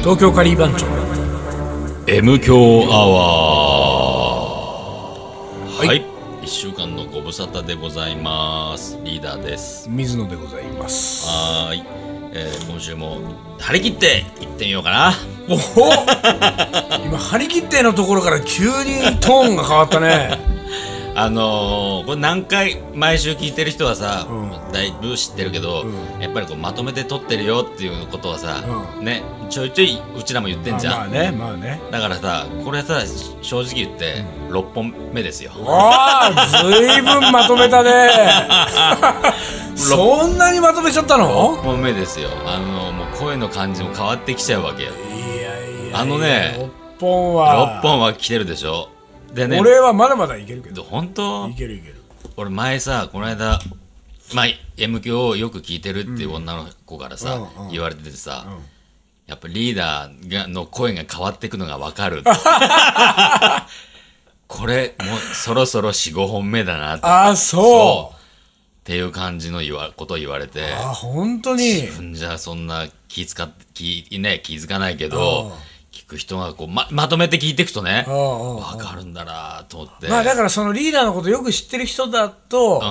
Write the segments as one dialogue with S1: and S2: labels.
S1: 東京カリー番長
S2: M 強アワー
S1: はい
S2: はい、一週間のご無沙汰でございますリーダーです
S1: 水野でございます
S2: はーい、えー今週も張り切って行ってみようかな
S1: おお今張り切ってのところから急にトーンが変わったね
S2: あのーこれ何回毎週聞いてる人はさ、
S1: う
S2: だいぶ知ってるけど、
S1: う
S2: やっぱりこうまとめて撮ってるよっていうことはさ、
S1: う
S2: ねちょいちょいうちらも言ってんじゃん、
S1: まあねまあね
S2: だからさこれさ正直言って6本目ですよ、
S1: ああずいぶんまとめた ねそんなにまとめちゃったの
S2: 6本目ですよあのもう声の感じも変わってきちゃうわけよ
S1: いやいやいや
S2: あのね
S1: 6本は
S2: 6本は来てるでしょでね
S1: 俺はまだまだいけるけど
S2: 本当
S1: いけるいける
S2: 俺前さこの間まあ M 響をよく聞いてるっていう女の子からさ、
S1: うんうん
S2: 言われててさ、
S1: ん
S2: やっぱリーダーがの声が変わってくのがわ かるこれもうそろそろ45本目だなって
S1: ああそう
S2: っていう感じの言わことを言われて
S1: うあ本当に
S2: うんじゃあそんな気使って気,、ね、気づかないけ
S1: うん
S2: ど聞く人がこうままとめて聞いていくとね
S1: うんうんうん
S2: わかるんだなと思って、
S1: まあだからそのリーダーのことよく知ってる人だと、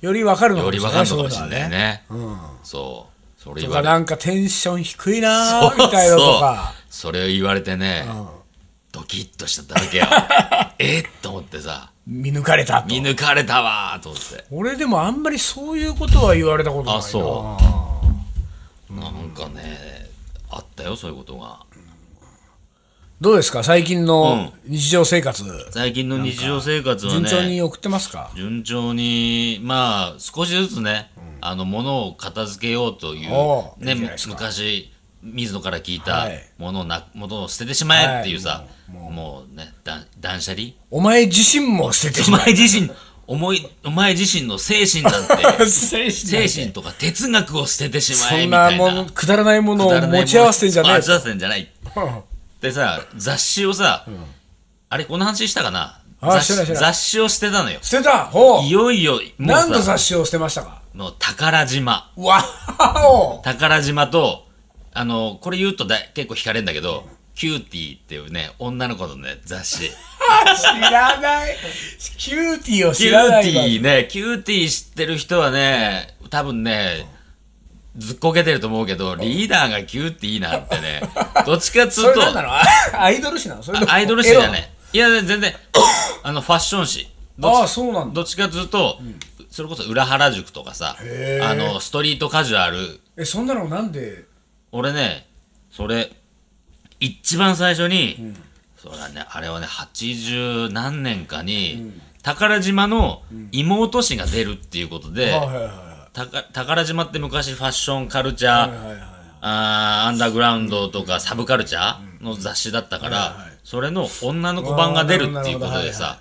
S1: よりわかる
S2: うん、
S1: のかも
S2: より
S1: しれ
S2: わ
S1: ない
S2: かるのかもしれないね
S1: そういうのはね
S2: そうそれ
S1: うん、
S2: 言
S1: と
S2: わ
S1: か
S2: れて
S1: なんかテンション低いなーみたいなのとか
S2: そうそれを言われてね、ドキッとしちゃったわけよ えっと思ってさ
S1: 見抜かれたと
S2: 見抜かれたわーと思って
S1: 俺でもあんまりそういうことは言われたことないな
S2: あそなんかねあったよそういうことが
S1: どうですか最近の日常生活、
S2: 最近の日常生活は
S1: 順
S2: ね
S1: 調に送ってますか
S2: 順調にまあ少しずつね、あの物を片付けようという
S1: おうい
S2: ね
S1: いじゃないですか
S2: 昔水野から聞いた
S1: はい
S2: ものをなものを捨ててしまえっていうさ、
S1: はい
S2: もうねだ断捨離
S1: お前自身も捨ててし
S2: お
S1: ま
S2: 前自身思いお前自身の精神 なんて
S1: う精神
S2: 精神とか哲学を捨ててしまえ
S1: そん
S2: みた
S1: ないも
S2: な
S1: のくだらないもの
S2: くだ
S1: を
S2: らないもの
S1: 持ち合わせてんじゃねえ
S2: 持ち合わせてんじゃない
S1: ぞ
S2: でさ雑誌をさ、あれこの話したかな
S1: あ
S2: 雑誌
S1: してないしてない
S2: 雑誌を捨てたのよ
S1: 捨てたほ
S2: いうよいよもう
S1: 何の
S2: さ
S1: 雑誌を捨てましたか
S2: もう宝島
S1: わお
S2: 宝島と、あの、これ言うとだ結構惹かれるんだけど、キューティーっていうね、女の子のね、雑誌。
S1: 知らないキューティーを
S2: キ
S1: 知
S2: ュ
S1: らな
S2: ー
S1: い
S2: ティ
S1: わ
S2: ーね、キューティー知ってる人はね、多分ね、ずっこけてると思うけど、リーダーがキューティーなんてね、どっちかっつ
S1: そうれ
S2: と、
S1: 何なのあアイドル誌なのそれとも
S2: アイドル誌じゃ
S1: エ
S2: ない。いや、全 然、あの、ファッション誌。
S1: ロあ
S2: ど
S1: あ
S2: っち
S1: そうなんだ
S2: どっちかっつうと、それこそ裏原宿とかさ
S1: へ、ー
S2: あの、ストリートカジュアル
S1: えそんなのなんで
S2: 俺ねそれ一番最初に、それはねあれはね80何年かに、宝島の妹市が出るっていうことで、
S1: はいはいは
S2: たか宝島って昔ファッションカルチャー、
S1: いはいはい
S2: あーアンダーグラウンドとかサブカルチャーの雑誌だったから、それの女の子版が出るっていうことでさ、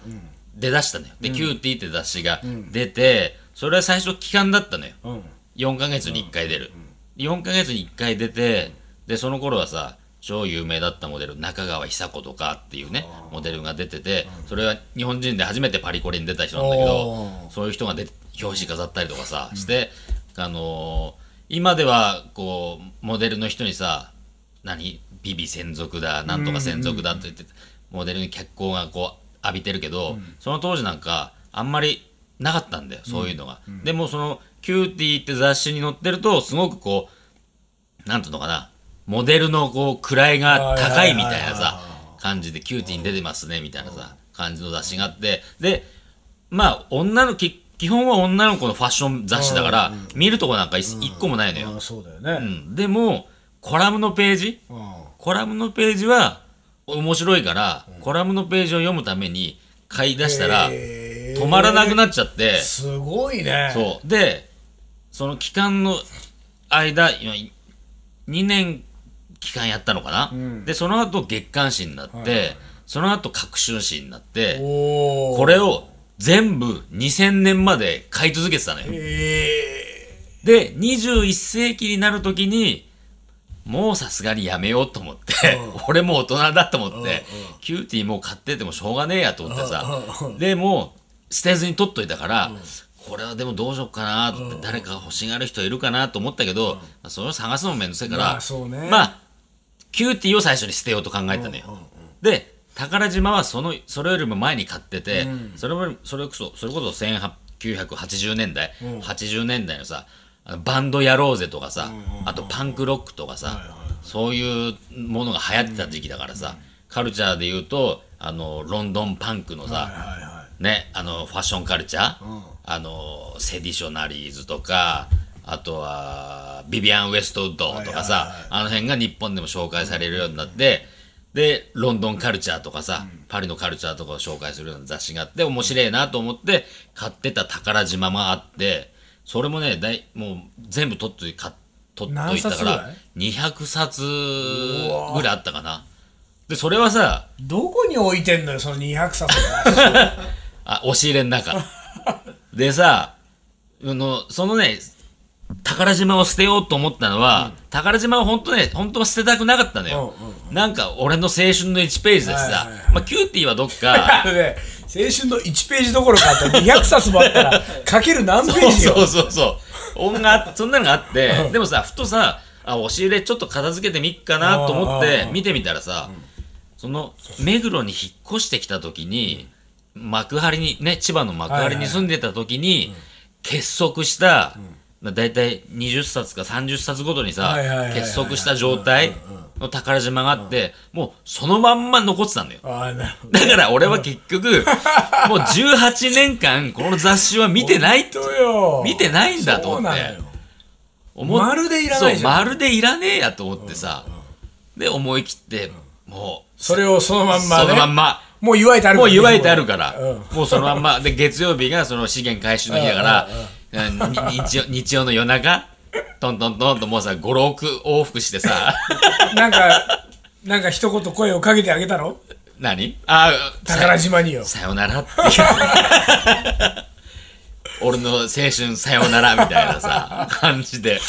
S2: 出だしたのよで、キューティーって雑誌が出て、それは最初期間だったのよ、4ヶ月に1回出る、4ヶ月に1回出てでその頃はさ超有名だったモデル中川久子とかっていうねモデルが出ててそれは日本人で初めてパリコレに出た人なんだけ
S1: お
S2: どそういう人が出て表紙飾ったりとかさして、あのー今ではこうモデルの人にさ何ビビ専属だなんとか専属だって言って、モデルに脚光がこう浴びてるけど、その当時なんかあんまりなかったんだよそういうのが、でもその「キューティー」って雑誌に載ってるとすごくこうなんていうのかなモデルのこう位が高いみたいなさ感じで「キューティーに出てますね」みたいなさ感じの雑誌があってでまあ女のき基本は女の子のファッション雑誌だから見るとこなんかい一個もないのよ
S1: あそうだよ
S2: う
S1: ね
S2: ん、でもコラムのページ
S1: うん
S2: コラムのページは面白いから、コラムのページを読むために買い出したら
S1: へー
S2: 止まらなくなっちゃって、
S1: すごいね
S2: そうでその期間の間今い2年期間やったのかな、でその後月刊誌になって、その後隔週誌になって
S1: おお
S2: これを全部2000年まで買い続けてたのよ。
S1: え
S2: で、21世紀になるときに、もうさすがにやめようと思って、 俺もう大人だと思って、キューティーもう買っててもしょうがねえやと思ってさ、でもう捨てずに取っといたから、これはでもどうしようかなと思って、誰か欲しがる人いるかなと思ったけど、まあそれを探すのもめんどくせえか
S1: ま
S2: ら
S1: あ、そうね
S2: まあ、キューティーを最初に捨てようと考えたのよ。で、宝島はその、それよりも前に買ってて、それも、それこそ、それこそ1980年代、80年代のさ、あのバンドやろうぜとかさ、あとパンクロックとかさ、そういうものが流行ってた時期だからさ、カルチャーで言うと、あの、ロンドンパンクのさ、
S1: はいは
S2: ね、あのファッションカルチャー、
S1: うん
S2: あのセディショナリーズとかあとはビビアン・ウェストウッドとかさ、
S1: はいはいはい
S2: あの辺が日本でも紹介されるようになって、でロンドンカルチャーとかさ、パリのカルチャーとかを紹介するような雑誌があって面白いなと思って買ってた宝島もあってそれもねだいもう全部取っとい買っ取っといた
S1: 何
S2: か
S1: 冊ぐら
S2: ら
S1: い
S2: 200冊ぐらいあったかな。でそれはさ
S1: いどこに置いてんのよその200冊
S2: あ、押し入れの中。でさ、あの、そのね、宝島を捨てようと思ったのは、宝島は本当ね、本当は捨てたくなかったのよ。
S1: うんうん
S2: なんか、俺の青春の1ページで
S1: はい
S2: さ
S1: はい、
S2: まあ、キューティーはどっ
S1: あ
S2: か、
S1: のね青春の1ページどころかあと200冊もあったらかける何ペ
S2: そ
S1: ー
S2: う
S1: ジよ
S2: そうそうそう、音が、そんなのがあって、でもさ、ふとさ、あ、押し入れちょっと片付けてみっかなと思っ
S1: あーあ
S2: て
S1: ー、
S2: 見てみたらさ、その、目黒に引っ越してきた時に、幕張に、ね、千葉の幕張に住んでた時に、結束した、まあだいたい20冊か30冊ごとにさ
S1: はいはいはいはい、
S2: 結束した状態の宝島があって、もうそのまんま残ってたんだよ。
S1: ああなるほど
S2: だから俺は結 局、もう18年間この雑誌は見てないって
S1: 本当よ
S2: 見てないんだと思って
S1: そうなのよ
S2: 思っ
S1: まるでいらないじゃん
S2: そうまるでいらねえやと思ってさ、で思い切って、もう
S1: それをそのまんまね
S2: そのまんま
S1: もう言われてある
S2: もう湯わいてあるから、
S1: うん
S2: もうそのまんまで月曜日がその資源回収の日だから、うんに日曜日曜の夜中トントントンともうさ56往復して さ
S1: なんかなんか一言声をかけてあげたの
S2: 何あ
S1: 宝島によ
S2: さよならっていう俺の青春さよならみたいなさ感じで、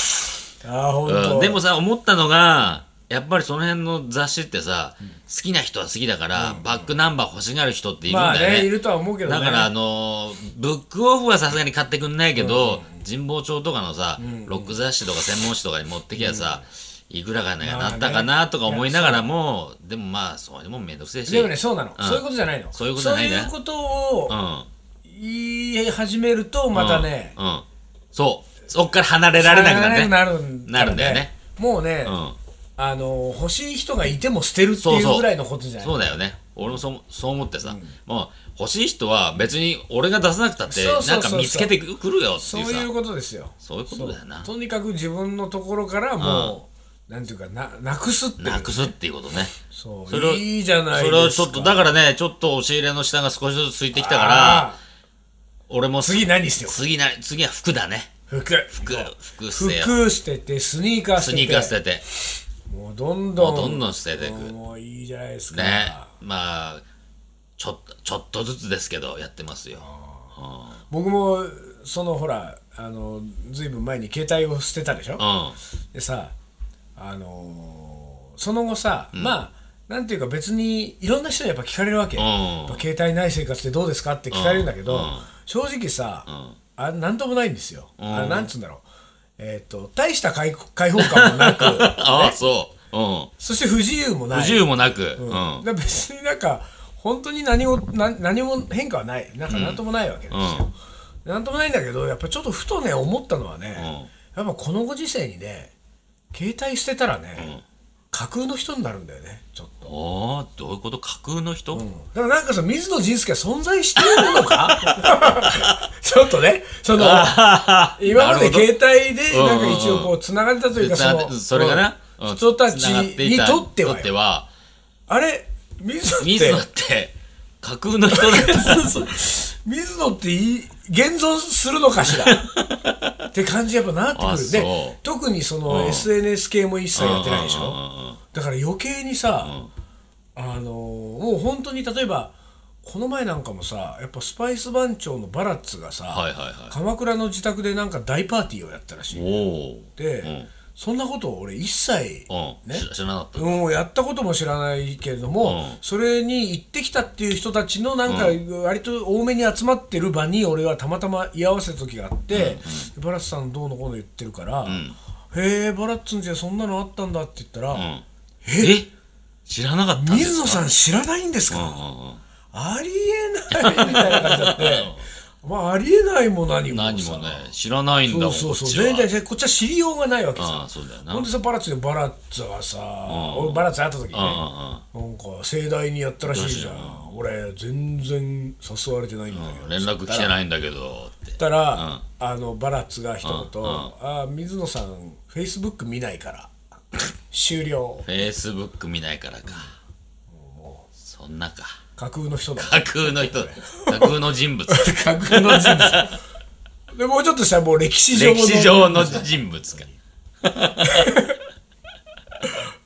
S1: ああ本
S2: う
S1: 当
S2: んでもさ思ったのがやっぱりその辺の雑誌ってさ、好きな人は好きだから、バックナンバー欲しがる人っているん
S1: まあ
S2: だよね,、
S1: ねいるとは思うけどね
S2: だからあのーブックオフはさすがに買ってくんないけど、神保町とかのさ、ロック雑誌とか専門誌とかに持ってきゃさ、いくらかね、
S1: まあね
S2: なったかなとか思いながらもでもまあそれもめんどくせえし
S1: でもねそうなの、
S2: うん
S1: そういうことじゃないの
S2: そういうことじゃないね
S1: そういうことを
S2: うん
S1: 言い始めるとまたね、
S2: うん、うんそうそっから離れられなくなるね
S1: なるん
S2: なるんだよね
S1: もうね、
S2: うん
S1: あの欲しい人がいても捨てるって
S2: そう
S1: い
S2: そうう
S1: ぐらいのことじゃない
S2: そうだよね俺もそうそう思ってさ、もう欲しい人は別に俺が出さなくたっ
S1: そ
S2: て
S1: うそうそう
S2: な
S1: そうん
S2: か見つけてくるよって
S1: そう
S2: いうさそう
S1: いうことですよ
S2: いうことだよな
S1: とにかく自分のところからもう、なんていうかななくすっていう
S2: なくすっていうことね
S1: そう
S2: それを
S1: いいじゃないですか
S2: それをちょっとだからねちょっと押し入れの下が少しずつついてきたから
S1: あー
S2: 俺も
S1: 次何してよ
S2: 次な次は服だね
S1: 服
S2: 服服捨てよ
S1: 服捨ててスニーカー捨
S2: ス
S1: てて
S2: ニーカー捨てて
S1: もうどんどん
S2: もうどんどん捨てていく
S1: もういいじゃないですか
S2: ねまあちょっとちょっとずつですけどやってますよ
S1: 僕もそのほらあのずいぶん前に携帯を捨てたでしょ、
S2: うん
S1: でさあのーその後さ、まあなんていうか別にいろんな人にやっぱ聞かれるわけ、
S2: ん
S1: やっぱ携帯ない生活ってどうですかって聞かれるんだけど、
S2: うんうん
S1: 正直さ、
S2: ん
S1: あなんともないんですよ、あれなんつうんだろうえっ、と大した開開放感も なく
S2: ああ、そう。うん。
S1: そして不自由もない
S2: 不自由もなく。うん。
S1: だから別になんか本当に何もな何も変化はないなんか何ともないわけですよ、なんともないんだけどやっぱちょっとふとね思ったのはね、やっぱこのご時世にね携帯捨てたらね、架空の人になるんだよねちょっと、
S2: おーどういうこと架空の人、
S1: だからなんかさ水野仁介は存在しているの かちょっとねその
S2: あー
S1: 今まで
S2: なる
S1: 携帯でなんか一応
S2: うん
S1: こうつながれたというかそ
S2: ほ
S1: の
S2: どそれがな、うん
S1: 人たち
S2: 繋がい
S1: にとってはよ
S2: 人っては
S1: あれ水野って
S2: 水野って架空の人 だった。
S1: 水野っていい現存するのか しらって感じやっぱなってくる
S2: あそ
S1: ね
S2: う
S1: 特にそ
S2: うん
S1: の SNS 系も一切やってないでし
S2: うんうんうんうん
S1: ょだから余計にさ、あのーもう本当に例えばこの前なんかもさやっぱスパイス番長のバラッツがさ、
S2: はいはいは
S1: 鎌倉の自宅でなんか大パーティーをやったらし
S2: い。
S1: い
S2: おお。
S1: で、
S2: うん
S1: そんなことを俺一切、
S2: うん、
S1: ね
S2: 知ら知らなかった。
S1: うん、やったことも知らないけれども、
S2: うん
S1: それに行ってきたっていう人たちのなんか割と多めに集まってる場に俺はたまたま居合わせた時があって、バラッツさんどうのこうの言ってるから「へえバラッツんじゃそんなのあったんだ」って言ったら「
S2: ん
S1: へ
S2: え知らなかったんで
S1: 水
S2: すか
S1: 野さん知らないんです
S2: うん
S1: か、
S2: うんうん
S1: ありえないみたいな感じだって、まあ、ありえないも何もさ
S2: 何もね、知らないんだ
S1: そ
S2: も、
S1: うんそうそう
S2: こっちは
S1: 全然こっちは知りようがないわけ
S2: あ
S1: さ
S2: あ、そうだよな。
S1: ほんでさバラッツでバラッツはさ、俺バラッツ会った時ね、
S2: あ
S1: なんか盛大にやったらしいじゃん俺全然誘われてないんだけど、
S2: あ連絡来てないんだけどって
S1: っ。たら、あのバラッツが一言「あ水野さんフェイスブック見ない から終了
S2: Facebook 見ないからか。そんなか。
S1: 架空の 人だ
S2: 架空の人、架空の人物。
S1: 架空の人物でもうちょっとしたらもう 歴史上の
S2: 歴史上の人物か。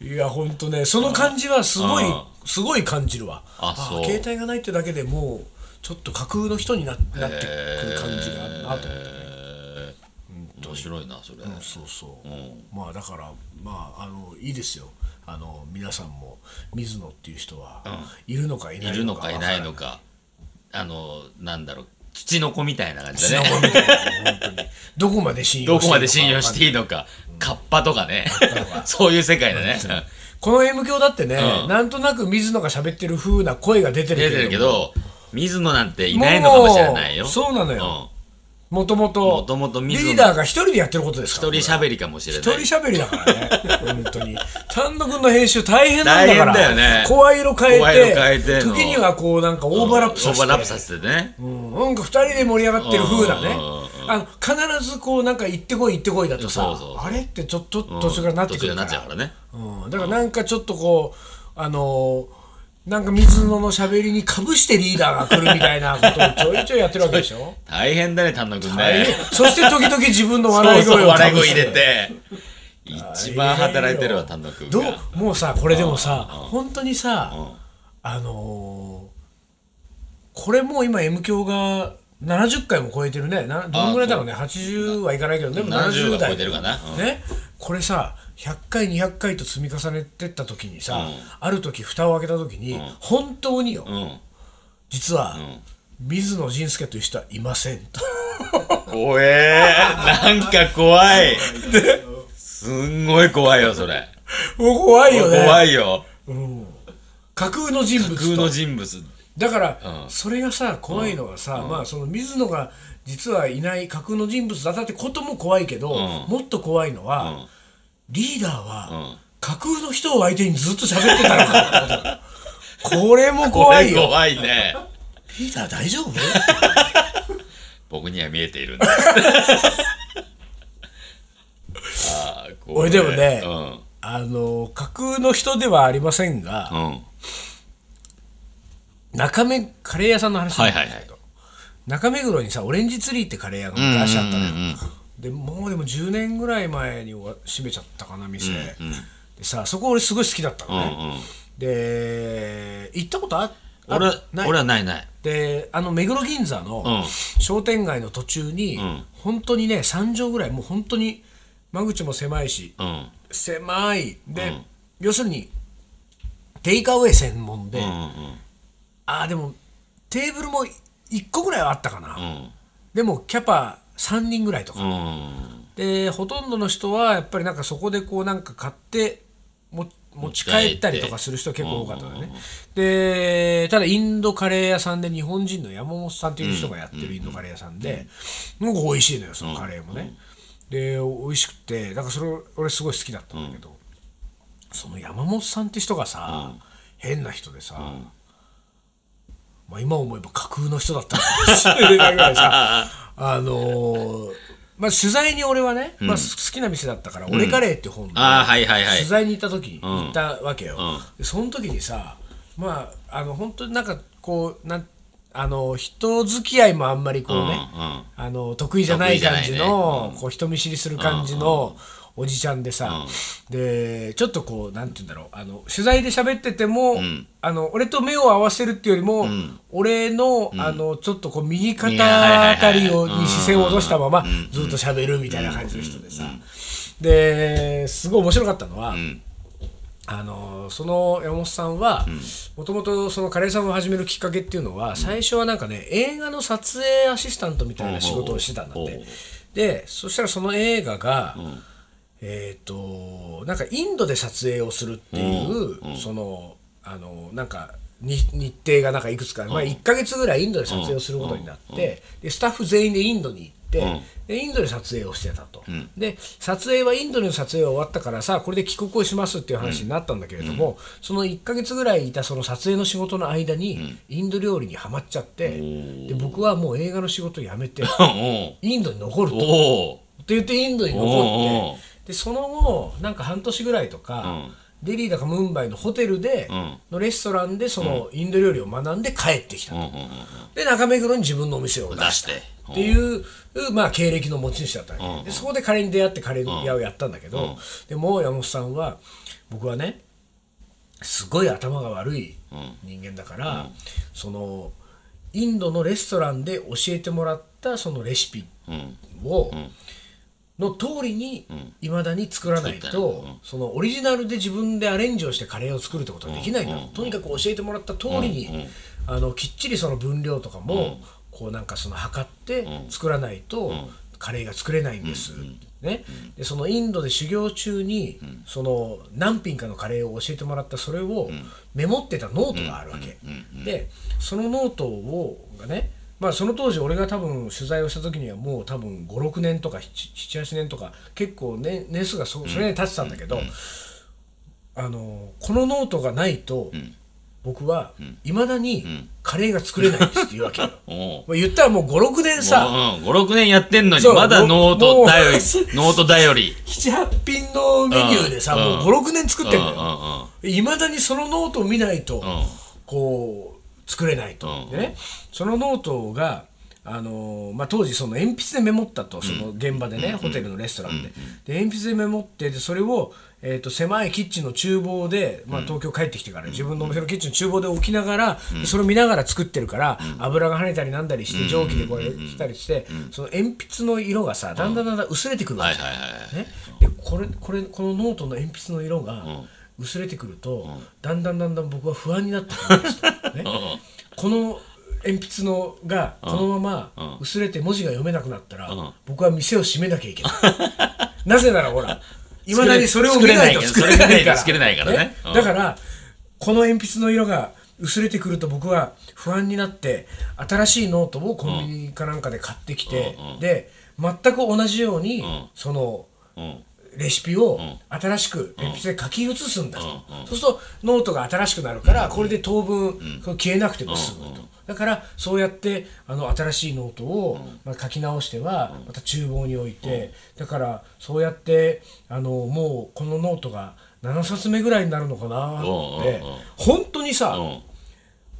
S1: いやほんとねその感じはすごい
S2: うん
S1: すごい感じるわ
S2: あそう
S1: 携帯がないってだけでもうちょっと架空の人にななってくる感じがあるなと思って
S2: へー面白いな、それ。
S1: そうそう、
S2: ん
S1: まあだからまああのいいですよあの皆さんも水野っていう人は、いるのかいないい
S2: る
S1: の
S2: の
S1: か
S2: かいないのか。あの、なんだろう、土の子みたいな感じだね。
S1: わからない本当にどこまで信
S2: ど
S1: 用していいのか
S2: こまで信用していいのか。カッパとかね。そういう世界だね。
S1: この M 教だってね、
S2: うん
S1: なんとなく水野が喋ってる風な声が出てる
S2: 出
S1: け
S2: て
S1: れ
S2: る
S1: ど
S2: けど、水野なんていないのかもしれないよ。
S1: もうそうなのよもとも
S2: も
S1: と
S2: ともと
S1: リ
S2: 水野
S1: ーダーが一人でやってることですから
S2: 一人喋りかもしれない。
S1: 一人喋りだからね本当に丹野くんの編集大変なん
S2: 大
S1: だか
S2: 変
S1: ら
S2: だよね。
S1: 声色変
S2: 声
S1: えて
S2: 色変えての
S1: 時にはこうなんかオーバーラップさせて、
S2: オーバーラップさせてね。
S1: うん、なんか2人で盛り上がってる風だね
S2: うんうんうん
S1: あの必ずこうなんか行ってこい行ってこいだとさ
S2: そうそうそう
S1: あれってちょっと途中からなってくるか
S2: 途中なっちゃ
S1: ら
S2: うからね。
S1: うん、だからなんかちょっとこうあのーなんか水野のしゃべりにかぶしてリーダーが来るみたいなことをちょいちょいやってるわけでしょ、
S2: 大変だね、丹野くん
S1: え
S2: ね。
S1: そして時々自分の
S2: そ
S1: 笑
S2: う
S1: い声
S2: そう、
S1: をか
S2: 笑い
S1: ぶ
S2: 声
S1: し
S2: 入
S1: て
S2: れて。一番働いてるわ、丹野くん
S1: どう
S2: が。
S1: もうさこれでもさ本当にさ、
S2: ん
S1: あのーこれもう今 M 響が70回も超えてるねなどのぐらいだろうね80はいかないけどでも
S2: 70
S1: 70
S2: は超
S1: 代
S2: えてるかなうん
S1: ねこれさ100回200回と積み重ねてった時にさ、
S2: うん
S1: ある時蓋を開けた時に、本当によ、
S2: うん。
S1: 実は、水野仁介という人はいませんと
S2: 怖えー。なんか怖い。すんごい怖いよ、それ。
S1: もう怖いよね
S2: 怖いよ。
S1: 架空の人物と
S2: 空の人物。
S1: だから、それがさ怖いのがさ、まあその水野が実はいない架空の人物だったってことも怖いけど、もっと怖いのは、リーダーは、架空の人を相手にずっと喋ってたのかって ことこれも怖い
S2: これ
S1: よ
S2: 怖いね。
S1: リーダー大丈夫
S2: 僕には見えているんです。あー
S1: 俺でもね
S2: うん
S1: あの架空の人ではありませんが、
S2: うん。
S1: 中目カレー屋さんの話なんだけど、
S2: はいはい
S1: 中目黒にさオレンジツリーってカレー屋が昔あったのよ、でもうでも10年ぐらい前にお閉めちゃったかな店、でさそこ俺すごい好きだったのね、
S2: うんうん
S1: で行ったことああ
S2: 俺
S1: ない
S2: 俺はないない。
S1: であの目黒銀座の商店街の途中に、本当にね3畳ぐらいもう本当に間口も狭いし、
S2: うん。
S1: 狭いで、要するにテイクアウェイ専門で、
S2: うん
S1: ああでもテーブルも1個ぐらいはあったかな、
S2: うん
S1: でもキャパ3人ぐらいとか、
S2: うん。うん。
S1: でほとんどの人はやっぱりなんかそこでこうなんか買っても持ち帰ったりとかする人結構多かったのね、でただインドカレー屋さんで日本人の山本さんっていう人がやってるインドカレー屋さんで、なんか美味しいのよそのカレーもね、で美味しくてだからそれ俺すごい好きだったんだけど、その山本さんって人がさ、変な人でさ、まあ、今思えば架空の人だったのかもしれないぐらい さあのーまあ、取材に俺はね、まあ、好きな店だったから「俺カレー」って本で、
S2: ああ、はいはいはい
S1: 取。材に行った時に行ったわけよ、でその時にさまああの本当になんかこうなんあの人付き合いもあんまりこうね、
S2: うんうん
S1: あの得意じゃない感じ
S2: 得意じゃ
S1: のこう人見知りする感じのおじちゃんでさ、でちょっとこうなんて言うんだろうあの取材で喋ってても、あの俺と目を合わせるっていうよりも、俺のあのちょっとこう右肩あたりを
S2: いやはいはいはい
S1: に視線を落としたままずっと喋るみたいな感じの人でさ、ですごい面白かったのは。あのその山本さんはもともとそのカレーさんを始めるきっかけっていうのは、最初はなんかね映画の撮影アシスタントみたいな仕事をしてたんだっ
S2: ほうほう
S1: てでそしたらその映画が、えっ、となんかインドで撮影をするっていう、
S2: うんうん
S1: そのあのなんかに日程がなんかいくつか、まあ、1か月ぐらいインドで撮影をすることになって、でスタッフ全員でインドに行って、
S2: うん
S1: でインドで撮影をしてたと、
S2: ん
S1: で撮影はインドでの撮影は終わったからさこれで帰国をしますっていう話になったんだけれども、その1か月ぐらいいたその撮影の仕事の間にインド料理にはまっちゃって、で僕はもう映画の仕事辞 めて
S2: お
S1: インドに残ると。
S2: お
S1: って言ってインドに残って
S2: おうおう
S1: でその後なんか半年ぐらいとか、デリーだかムンバイのホテルで、
S2: うん
S1: のレストランでそのインド料理を学んで帰ってきた、
S2: うんうんうん
S1: で中目黒に自分のお店を
S2: うん
S1: 出
S2: 出し
S1: しててっていう、まあ、経歴の持ち主だったわけ、
S2: うんうん
S1: でそこで彼に出会ってカレー屋をやったんだけど、
S2: うん
S1: でもう山本さんは僕はねすごい頭が悪い
S2: うん
S1: 人間だから、そのインドのレストランで教えてもらったそのレシピ
S2: うん
S1: を、
S2: ん
S1: の通りに
S2: ん
S1: いまだに作らない
S2: 作った
S1: と、
S2: りうん
S1: そのオリジナルで自分でアレンジをしてカレーを作るってことはできないんだ、とにかく教えてもらった通りに、
S2: うんうん
S1: あのきっちりその分量とかも、こうなんかその測って作らないと、カレーが作れないんです、ね、でそのインドで修行中に、その何品かのカレーを教えてもらったそれをメモってたノートがあるわけ、でそのノートをがねまあその当時俺が多分取材をした時にはもう多分56年とか78年とか結構ね年数がそそれに経ってたんだけど、あのこのノートがないと、僕はいまだにカレーが作れないんですって言うわけよ。
S2: おう
S1: まあ言ったらもう56年さ
S2: もううん、56年やってんのに
S1: そう
S2: まだノート頼り
S1: もう
S2: ノート頼り
S1: 78品のメニューでさ、
S2: うん
S1: もう56年作
S2: う
S1: っ
S2: ん
S1: て
S2: うんん
S1: だよいま、未だにそのノートを見ないと、こう作れないと、
S2: うん
S1: でねそのノートがあのーまあ、当時その鉛筆でメモったとその現場でね、ホテルのレストランで,、で鉛筆でメモってでそれを、えー、と狭いキッチンの厨房で、まあ、東京帰ってきてから自分のお店のキッチンの厨房で置きながら、でそれを見ながら作ってるから、油が跳ねたりなんだりして蒸気でこれ来たりして、その鉛筆の色がさだんだんだんだん薄れてくるわ
S2: はいはい
S1: け、
S2: はい
S1: ね、
S2: はい
S1: でこれこれこのノートの鉛筆の色が薄れてくると、だんだんだんだん僕は不安になってくるんですよ、 ね、この鉛筆のがこのまま薄れて文字が読めなくなったら、
S2: ん
S1: 僕は店を閉めなきゃいけないなぜならほ らいまだにそれを見ないと
S2: 作
S1: 作
S2: れ
S1: れ
S2: な
S1: ないい
S2: か
S1: からら
S2: 作れないからねうん
S1: だからこの鉛筆の色が薄れてくると僕は不安になって新しいノートをコンビニかなんかで買ってきて、で全く同じように、
S2: ん
S1: その
S2: うん
S1: レシピを新しく鉛筆で書き写すんだと、そうするとノートが新しくなるから、これで当分、これ消えなくても済むと、だからそうやってあの新しいノートを、まあ、書き直してはまた厨房に置いて、だからそうやってあのもうこのノートが7冊目ぐらいになるのかなって、
S2: うんうんうん
S1: 本当にさ、
S2: うん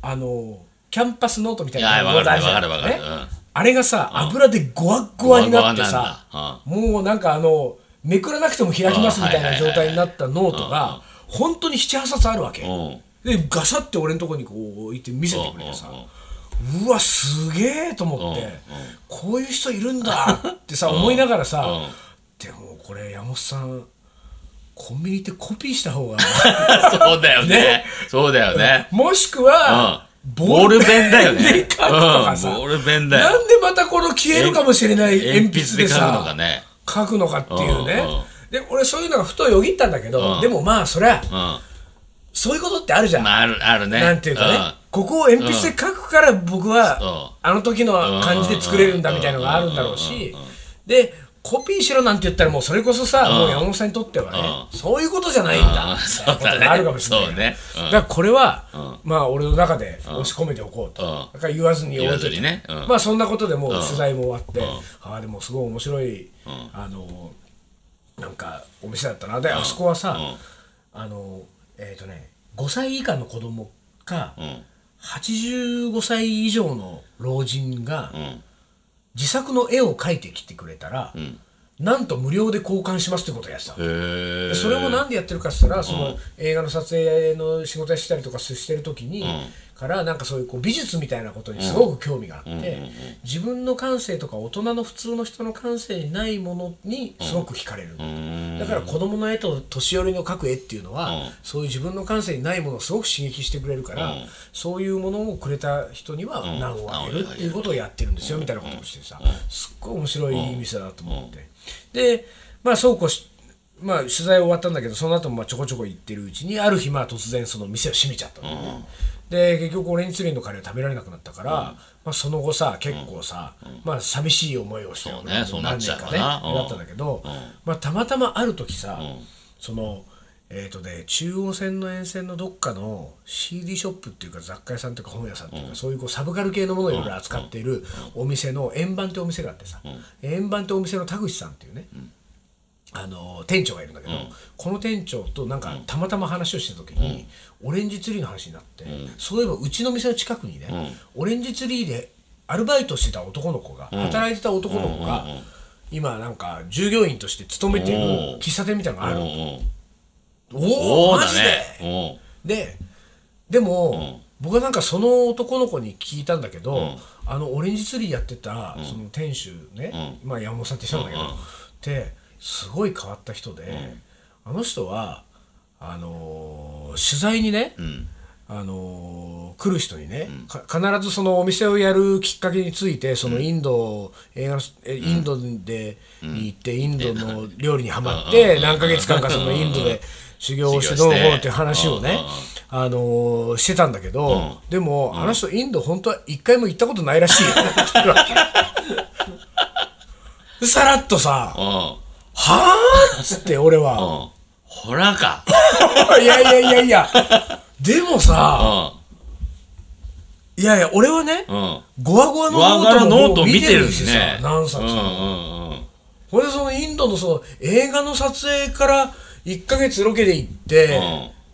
S1: あのキャンパスノートみたい
S2: い
S1: な
S2: や
S1: のがあじゃん
S2: わかるわかるわかる
S1: ね
S2: うん
S1: あれがさ油でゴワッゴワになってさ
S2: ゴワゴワなんだ
S1: もうなんかあのめくらなくても開きますみたいな状態になったノートが本当に78冊あるわけ
S2: ん
S1: でガサって俺のとこにこう置いて見せてくれてさ
S2: うんうん
S1: うわすげえと思ってこういう人いるんだってさ思いながらさ
S2: うん
S1: でもこれ山本さんコンビニってコピーした方が
S2: そうだよねそうだよね
S1: もしくは
S2: うんボールペンだよね
S1: で書くとかさ
S2: うんボールペンだよ
S1: なんでまたこの消えるかもしれない鉛
S2: 鉛
S1: 筆
S2: 筆
S1: で
S2: で書くの
S1: さ
S2: がね
S1: 書くのかっていうね
S2: うんうん
S1: で俺そういうのがふとよぎったんだけど、
S2: うん
S1: でもまあそりゃ
S2: うんま
S1: そういうことってあるじゃん、
S2: ああるあるね
S1: なんていうかね、ここを鉛筆で書くから僕はあの時の感じで作れるんだみたいなのがあるんだろうしでコピーしろなんて言ったらもうそれこそさ、もう山本さんにとってはね、そういうことじゃないんだ、
S2: う
S1: みたい
S2: ん
S1: なことがあるかもしれないから、
S2: そうねうん
S1: だからこれは、まあ俺の中で押し込めておこうと、
S2: うん
S1: だから言わずに
S2: うん
S1: 置
S2: 言わ
S1: いと
S2: ず
S1: いて
S2: にねうん
S1: まあそんなことでもう取材も終わって、ああでもすごい面白い、あのなんかお店だったなで、あそこはさ、あのえっ、とね5歳以下の子供か、
S2: ん
S1: 85歳以上の老人が、
S2: ん
S1: 自作の絵を描いてきてくれたら、なんと無料で交換しますってことをやってたの
S2: へえ
S1: でそれもなんでやってるかって言ったら、その映画の撮影の仕事やしたりとかしてる時に、からなんかそういうこう美術みたいなことにすごく興味があって、自分の感性とか大人の普通の人の感性にないものにすごく惹かれる、だから子供の絵と年寄りの描く絵っていうのは、
S2: うん
S1: そういう自分の感性にないものをすごく刺激してくれるから、そういうものをくれた人には難をあげるっていうことをやってるんですよみたいなことをしてさすっごい面白い店だなと思って。でまあそうこうしまあ、取材終わったんだけどその後もまあちょこちょこ行ってるうちにある日まあ突然その店を閉めちゃったのね、で結局俺に釣りのカレーは食べられなくなったから、まあ、その後さ結構さ、まあ寂しい思いをして
S2: そうね
S1: 俺も
S2: そうなっちゃう
S1: 何
S2: か
S1: 年
S2: な
S1: ね
S2: うん
S1: だったんだけど、まあ、たまたまある時さ、そのえーとね、中央線の沿線のどっかの CD ショップっていうか雑貨屋さんというか本屋さんというか、そういうこうサブカル系のものをいろいろ扱っているお店の円盤ってお店があってさ、円盤ってお店の田口さんっていうね、あの店長がいるんだけど、この店長となんかたまたま話をしてた時に、オレンジツリーの話になって、そういえばうちの店の近くにね、オレンジツリーでアルバイトしてた男の子が、働いてた男の子が、今なんか従業員として勤めてる喫茶店みたいなのがある
S2: うん
S1: の、
S2: うん
S1: お
S2: お
S1: お
S2: お
S1: マ
S2: だ
S1: ジで、
S2: ね
S1: ででも、僕はなんかその男の子に聞いたんだけど、あのオレンジツリーやってたその店主ね、まあ、山本さんって人なんだけど、ってすごい変わった人で、あの人はあのー取材にね、あのー来る人にね、か必ずそのお店をやるきっかけについてそのインド、映画のえインドで、に行ってインドの料理にはまって、何ヶ月間かそのインドで修行をしてどうのこうのっていう話をね、あのーしてたんだけど、でも、あの人インド本当は一回も行ったことないら しいよ って言うわけさらっとさ
S2: おお
S1: 「はあ?」っつって俺
S2: う
S1: は
S2: んうんほらか
S1: 「いやいやいやいやでもさ
S2: う
S1: いやいや俺はね、
S2: んうん
S1: ゴワゴワの
S2: ワガラノート
S1: も
S2: を見てる
S1: し
S2: し
S1: さ
S2: ね
S1: 何冊
S2: うん
S1: も、
S2: うんうん
S1: これでそのインドのその映画の撮影から1か月ロケで行って、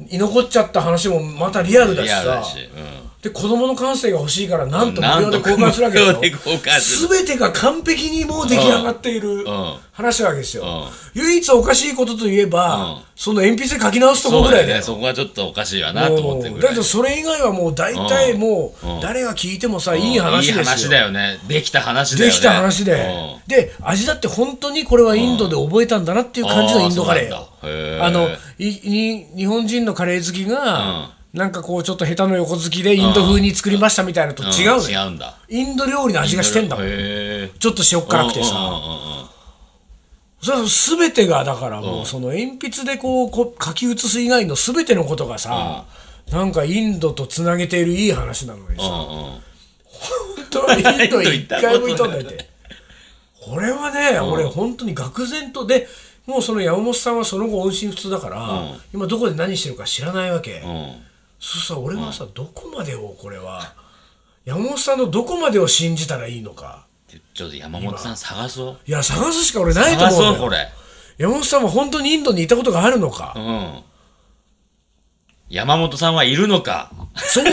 S1: 居残っちゃった話もまたリアルだし
S2: リアル
S1: さ
S2: だしうん
S1: で子供の感性が欲しいからなんと
S2: うんな
S1: 無料
S2: ん
S1: で
S2: と
S1: 公開するわけでしょ
S2: 無料で公開す
S1: 全てが完璧にもう出来上がっている
S2: ん
S1: 話なわけですよ、
S2: ん
S1: 唯一おかしいことといえば、
S2: うん
S1: その鉛筆で書き直すとこ
S2: そう
S1: ぐらい
S2: だよ
S1: だよ
S2: ねそこはちょっとおかしいわなと思って
S1: う
S2: く
S1: ん
S2: ら
S1: だ
S2: い
S1: けどそれ以外はもう大体もう誰が聞いてもさ、いい話ですよ
S2: いい話だよねできた話だよ
S1: で
S2: ね
S1: きた話で、
S2: うん
S1: で味だって本当にこれはインドで覚えたんだなっていう感じのインドカレーよ
S2: あーそうなんだへー
S1: あのいに日本人のカレー好きが、なんかこうちょっと下手の横好きでインド風に作りましたみたいなのと違うのよ、
S2: 違うんだ
S1: インド料理の味がしてんだもん、
S2: へー
S1: ちょっと塩辛くてさ、
S2: うんうんうんうん
S1: それすべてがだからもうその鉛筆でこうこ書き写す以外のすべてのことがさ、なんかインドとつなげているいい話なのにさ、
S2: うんうん
S1: 本当にインド一回も行ったんだっ
S2: インド行ったことな
S1: てこれはね、俺本当に愕然とでもうその山本さんはその後音信不通だから、今どこで何してるか知らないわけ、
S2: うん
S1: そしたら俺はさ、どこまでをこれは山本さんのどこまでを信じたらいいのか
S2: ちょっと山本さん探そう
S1: いや探すしか俺ないと
S2: 探
S1: 思うの
S2: そう
S1: よ
S2: これ
S1: 山本さんは本当にインドにいたことがあるのか、
S2: うん山本さんはいるのか
S1: そうよ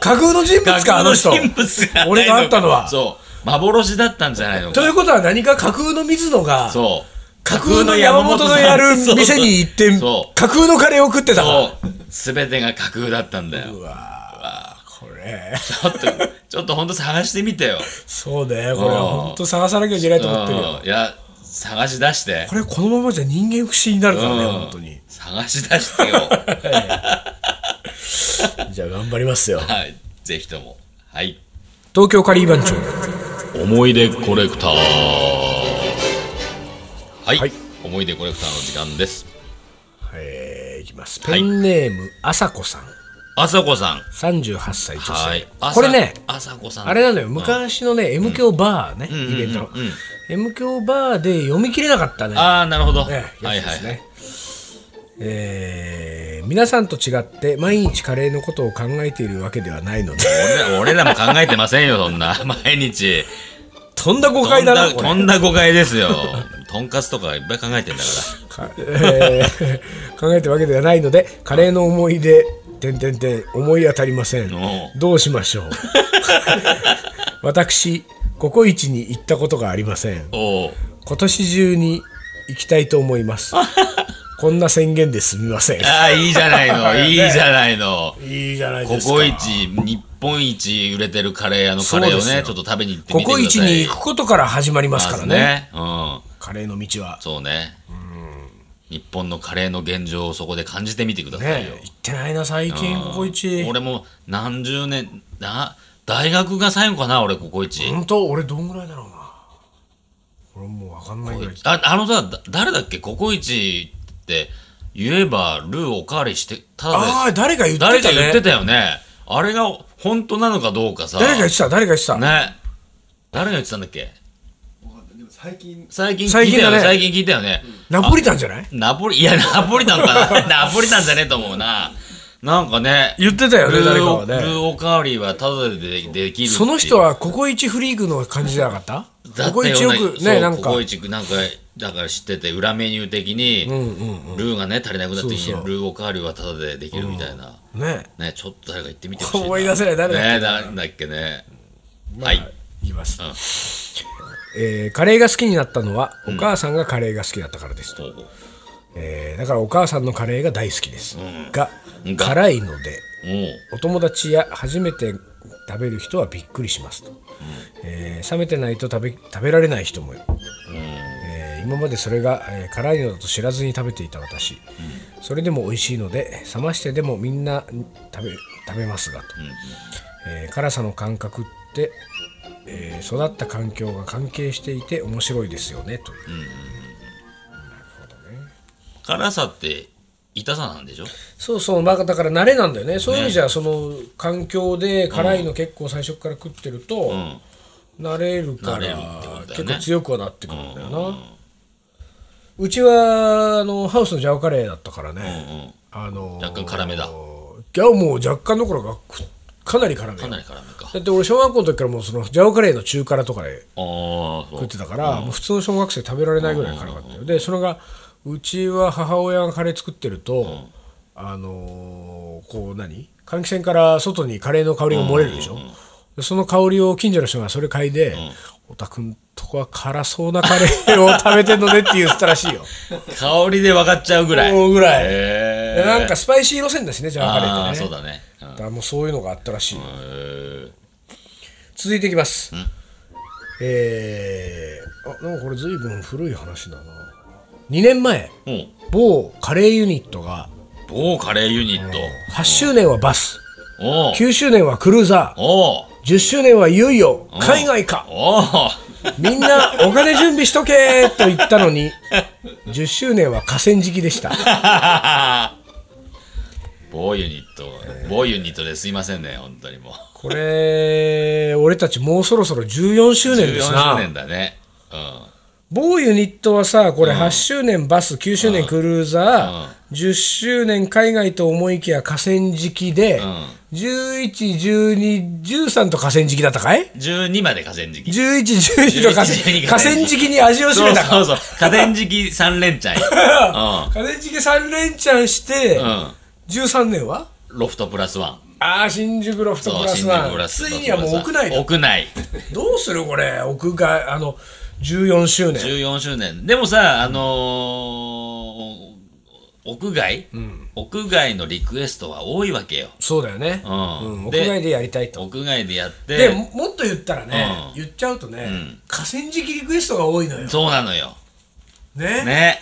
S1: 架空の人物かあの人
S2: 架空人物がないのか
S1: 俺が会ったのは
S2: そう幻だったんじゃないの
S1: とい
S2: か
S1: うことは何か 架空の水野が
S2: そう
S1: 架空の山本のやる店に行って
S2: そう
S1: 架空のカレーを食ってたから
S2: そう全てが架空だったんだよ
S1: うわーこれ
S2: ちょっとちょっとほんと探してみてよ
S1: そうねこれは本当探さなきゃいけないと思ってるよ
S2: うんいや探し出して
S1: これこのままじゃ人間不信になるからね
S2: うん
S1: 本当に
S2: 探し出して よ
S1: じゃあ頑張りますよ
S2: はいぜひともはい
S1: 東京カリー番長
S2: 思い出コレクターはい、
S1: はい
S2: 思い出コレクターの時間です
S1: えーいきます
S2: は
S1: ペ
S2: い
S1: ンネームあさこさん
S2: あさこさん
S1: 38歳女
S2: はい
S1: 性これね
S2: あさこさん
S1: あれなのよ昔のね M 響バーねイベントの M 響バーで読み切れなかったね
S2: ああなるほど、
S1: ね、
S2: はい
S1: やつで
S2: はい
S1: す
S2: はい
S1: ね。えー皆さんと違って毎日カレーのことを考えているわけではないので
S2: 俺俺らも考えてませんよそんな 毎日
S1: とんだ誤
S2: と
S1: 解
S2: ん
S1: だな
S2: だ
S1: ことれ
S2: んだ誤解ですよとんかつとかいっぱい考えてんだか
S1: かえー 考えてるわけではないのでカレーの思い出点々点思い当たりま せん
S2: おう
S1: どうしま しょう私ココイチに行ったことがありません
S2: らおお
S1: 今年中に行きたいと思います こんな宣言ですみません
S2: ああいいじゃない のいいじゃないの
S1: いいじゃない
S2: コ
S1: ですか
S2: コイチ日本一売れてるカレー屋のカレーを
S1: そうです
S2: ね
S1: よ
S2: ちょっと食べに行って
S1: コ
S2: みてく
S1: コ
S2: ださい
S1: イチに行くことから始まりますからね
S2: まずねうん
S1: カレーの道は
S2: そうね。日本のカレーの現状をそこで感じてみてください
S1: ね
S2: よ。
S1: 行ってないな最近ココイチ
S2: 俺も何十年、な、大学が最後かな、俺、ココイチ。
S1: 本当俺どんぐらいだろうな俺もうわかんないぐらい
S2: ああのさだ誰だっけココイチって言えばルーおかわりしてただで
S1: ああ誰か言ってたね
S2: 誰か言ってたよねあれが本当なのかどうかさ
S1: 誰か言ってた誰か言ってた、
S2: ね誰が言ってたんだっけ
S3: わかんないでも最近
S2: 最近聞いたよね最
S1: 最
S2: 近聞いたよね
S1: ナポリタンじゃない
S2: ナポリいやナポリタンか なナポリタンじゃねえと思うななんかね
S1: 言ってたよね
S2: ル
S1: 誰か
S2: ー
S1: は
S2: おルー
S1: ね
S2: おかわりはただででできるっていう
S1: その人はココイチフリークの感じじゃなかった
S2: だ
S1: ココ
S2: った
S1: イチ
S2: よ
S1: よ
S2: ね
S1: く
S2: そう
S1: ねなん
S2: コ
S1: か
S2: コイチなんかだから知ってて裏メニュー的に、ルーがね足りなくなった時に
S1: そうそう
S2: ルーおかわりはただでできるみたいな、
S1: ね
S2: ねちょっと誰か言ってみてほしいな
S1: 思い出せない誰だっけ
S2: ね誰だっけね、はい
S1: 言います、えーカレーが好きになったのはお母さんがカレーが好きだったからですと、
S2: ほうほう
S1: えーだからお母さんのカレーが大好きです、が
S2: が
S1: 辛いので
S2: おう
S1: お友達や初めて食べる人はびっくりしますと、えー冷めてないと食べ食べられない人も、えー今までそれが、えー辛いのだと知らずに食べていた私、それでも美味しいので冷ましてでもみんな食べ食べますがと、えー辛さの感覚って、えー育った環境が関係していて面白いですよねという、
S2: 辛さって痛さなんでしょ
S1: そうそう、まあ、だから慣れなんだよね、そういう意味じゃ、その環境で辛いの結構最初から食ってると、慣れるか
S2: 慣れるっ
S1: ら、
S2: てことだよね
S1: 結構強くはなってくるんだよな。うちはあのハウスのジャオカレーだったからね、
S2: うん
S1: あの
S2: 若干辛めだ
S1: いやもう若干どころかくかなり辛め
S2: かな
S1: だ
S2: り辛めかあ
S1: って俺小学校の時からもうそのジャオカレーの中辛とかで
S2: あーそ
S1: 食っ
S2: う
S1: てたから、もう普通の小学生食べられないぐらい辛かったよ、でそれがうちは母親がカレー作ってると、あのーこう何換気扇から外にカレーの香りが漏れるでしょ、でその香りを近所の人がそれ嗅いで「おたくんとこは辛そうなカレーを食べてんのね」って言ってたら しいよ
S2: 香りで分かっちゃうぐらい
S1: 思うぐらい、
S2: へ
S1: でなんかスパイシー路線だしねじゃあカレー
S2: あ
S1: っ
S2: あ
S1: て
S2: そ
S1: ね
S2: うだね、うん
S1: だからもうそういうのがあったらしい、
S2: へ
S1: 続いていきます、えー、あなんかこれ随分古い話だな2年前
S2: えもう
S1: 某カレーユニットが
S2: 某カレーユニット
S1: 8周年はバス
S2: おう
S1: 9周年はクルーザー
S2: おう
S1: 10周年はいよいよ海外か
S2: おう
S1: みんなお金準備しとけと言ったのに10周年は河川敷でした
S2: 某ユニット、某ユニットですいませんね、本当にもう。
S1: これ俺たちもうそろそろ14周年です
S2: 14周
S1: な
S2: 年だね。うん。
S1: 某ユニットはさこれ8周年バス9周年クルーザー10周年海外と思いきや河川敷で111213と河川敷だったかい
S2: 12まで河川敷。
S1: 11、12と河川
S2: 11
S1: 河川敷に味を占
S2: そ
S1: め
S2: う
S1: たか。
S2: そうそう。河川敷3連チャン。
S1: 河川敷3連チャンして、
S2: うん。うん。
S1: 13年は
S2: ロフトプラスワン。
S1: ああ、新宿ロフトプラスワン。ついにはもう屋内だ。
S2: 屋内。
S1: どうするこれ、屋外、あの、14周年。
S2: 14周年。でもさ、あのー屋外、屋外のリクエストは多いわけよ。
S1: そうだよね。う
S2: う
S1: ん、
S2: ん
S1: 屋
S2: で
S1: 外でやりたいと。
S2: 屋外でやって。
S1: で、ももっと言ったらね、
S2: うん
S1: 言っちゃうとね、河川敷リクエストが多いのよ。
S2: そうなのよ。
S1: ね。
S2: ね。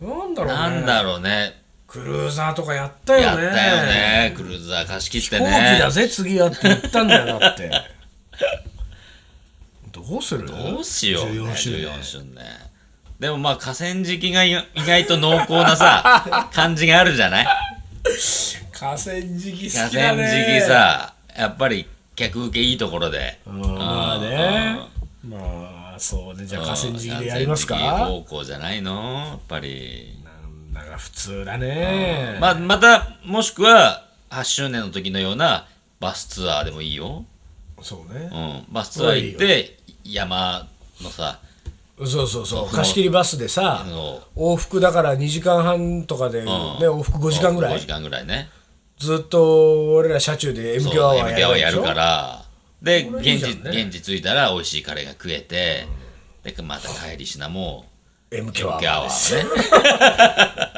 S1: なんだろうね。
S2: なんだろうね。
S1: クルーザーとかやったよ
S2: やっ
S1: ね。
S2: たよね。クルーザー貸し切って
S1: 飛行機だ
S2: ね。
S1: ぜ次はって言ったんだ よだってどうする
S2: どうしようね。
S1: 14周年
S2: 14周年。でもまあ河川敷が意外と濃厚 なさ、感じがあるじゃない
S1: 河川敷
S2: 河
S1: 好きだ
S2: 川
S1: ね
S2: 敷さ、やっぱり客受けいいところで。
S1: うんまあねまあそうねじゃあ河川敷でやりますか
S2: 河川敷方向じゃないのやっぱり。
S1: なんだか普通だね
S2: まあ、また、もしくは、8周年の時のようなバスツアーでもいいよ。
S1: そうね
S2: うん。バスツアー行って、山のさ、
S1: そうそうそう貸し切りバスでさ
S2: あの、
S1: 往復だから2時間半とかでね往復5時間ぐら
S2: 5
S1: い
S2: 時間ぐらいね。
S1: ずっと俺ら車中で M
S2: そう
S1: 響アワー
S2: MK はや
S1: でし
S2: る
S1: ょ
S2: から。で、
S1: これいい
S2: 現
S1: じゃ
S2: 地、
S1: んね
S2: 現地着いたら美味しいカレーが食えて、で、また帰りしなも、
S1: M 響ア
S2: MK
S1: ワ
S2: アワ
S1: ー
S2: ーね。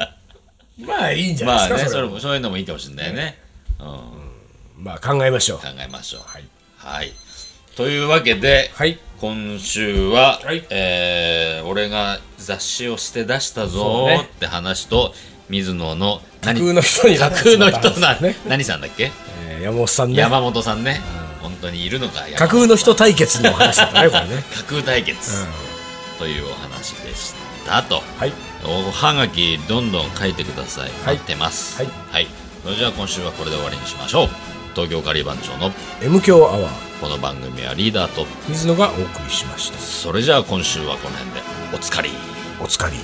S1: まあいいんじゃ
S2: ま
S1: ない
S2: あ
S1: です
S2: ね、
S1: か
S2: そ
S1: そ
S2: れ
S1: れ
S2: も、そういうのもいいかもしれないね。うん。
S1: まあ考えましょう。
S2: 考えましょう。はいというわけで、
S1: はい
S2: 今週は、
S1: はい
S2: えー俺が雑誌をして出した
S1: そう
S2: ぞ
S1: ね
S2: ーって話と、水野の
S1: 架
S2: 何
S1: 空の人にな
S2: 架
S1: って
S2: 空
S1: しま
S2: の
S1: った
S2: 人な、
S1: ね
S2: 何さんだっけ
S1: えー山本さんね
S2: 山本さんね、本当にいるのか
S1: 架
S2: 架
S1: 空の人対決の話だったねこれね
S2: 架空対決、というお話でしたと
S1: はい
S2: おはがきどんどん書いてください
S1: はい
S2: 待ってます
S1: はい、
S2: それじゃあ今週はこれで終わりにしましょう東京カリバン長の
S1: M 強アワー
S2: この番組はリーダーと
S1: 水野がお送りしました
S2: それじゃあ今週はこの辺でおつかり
S1: おつかり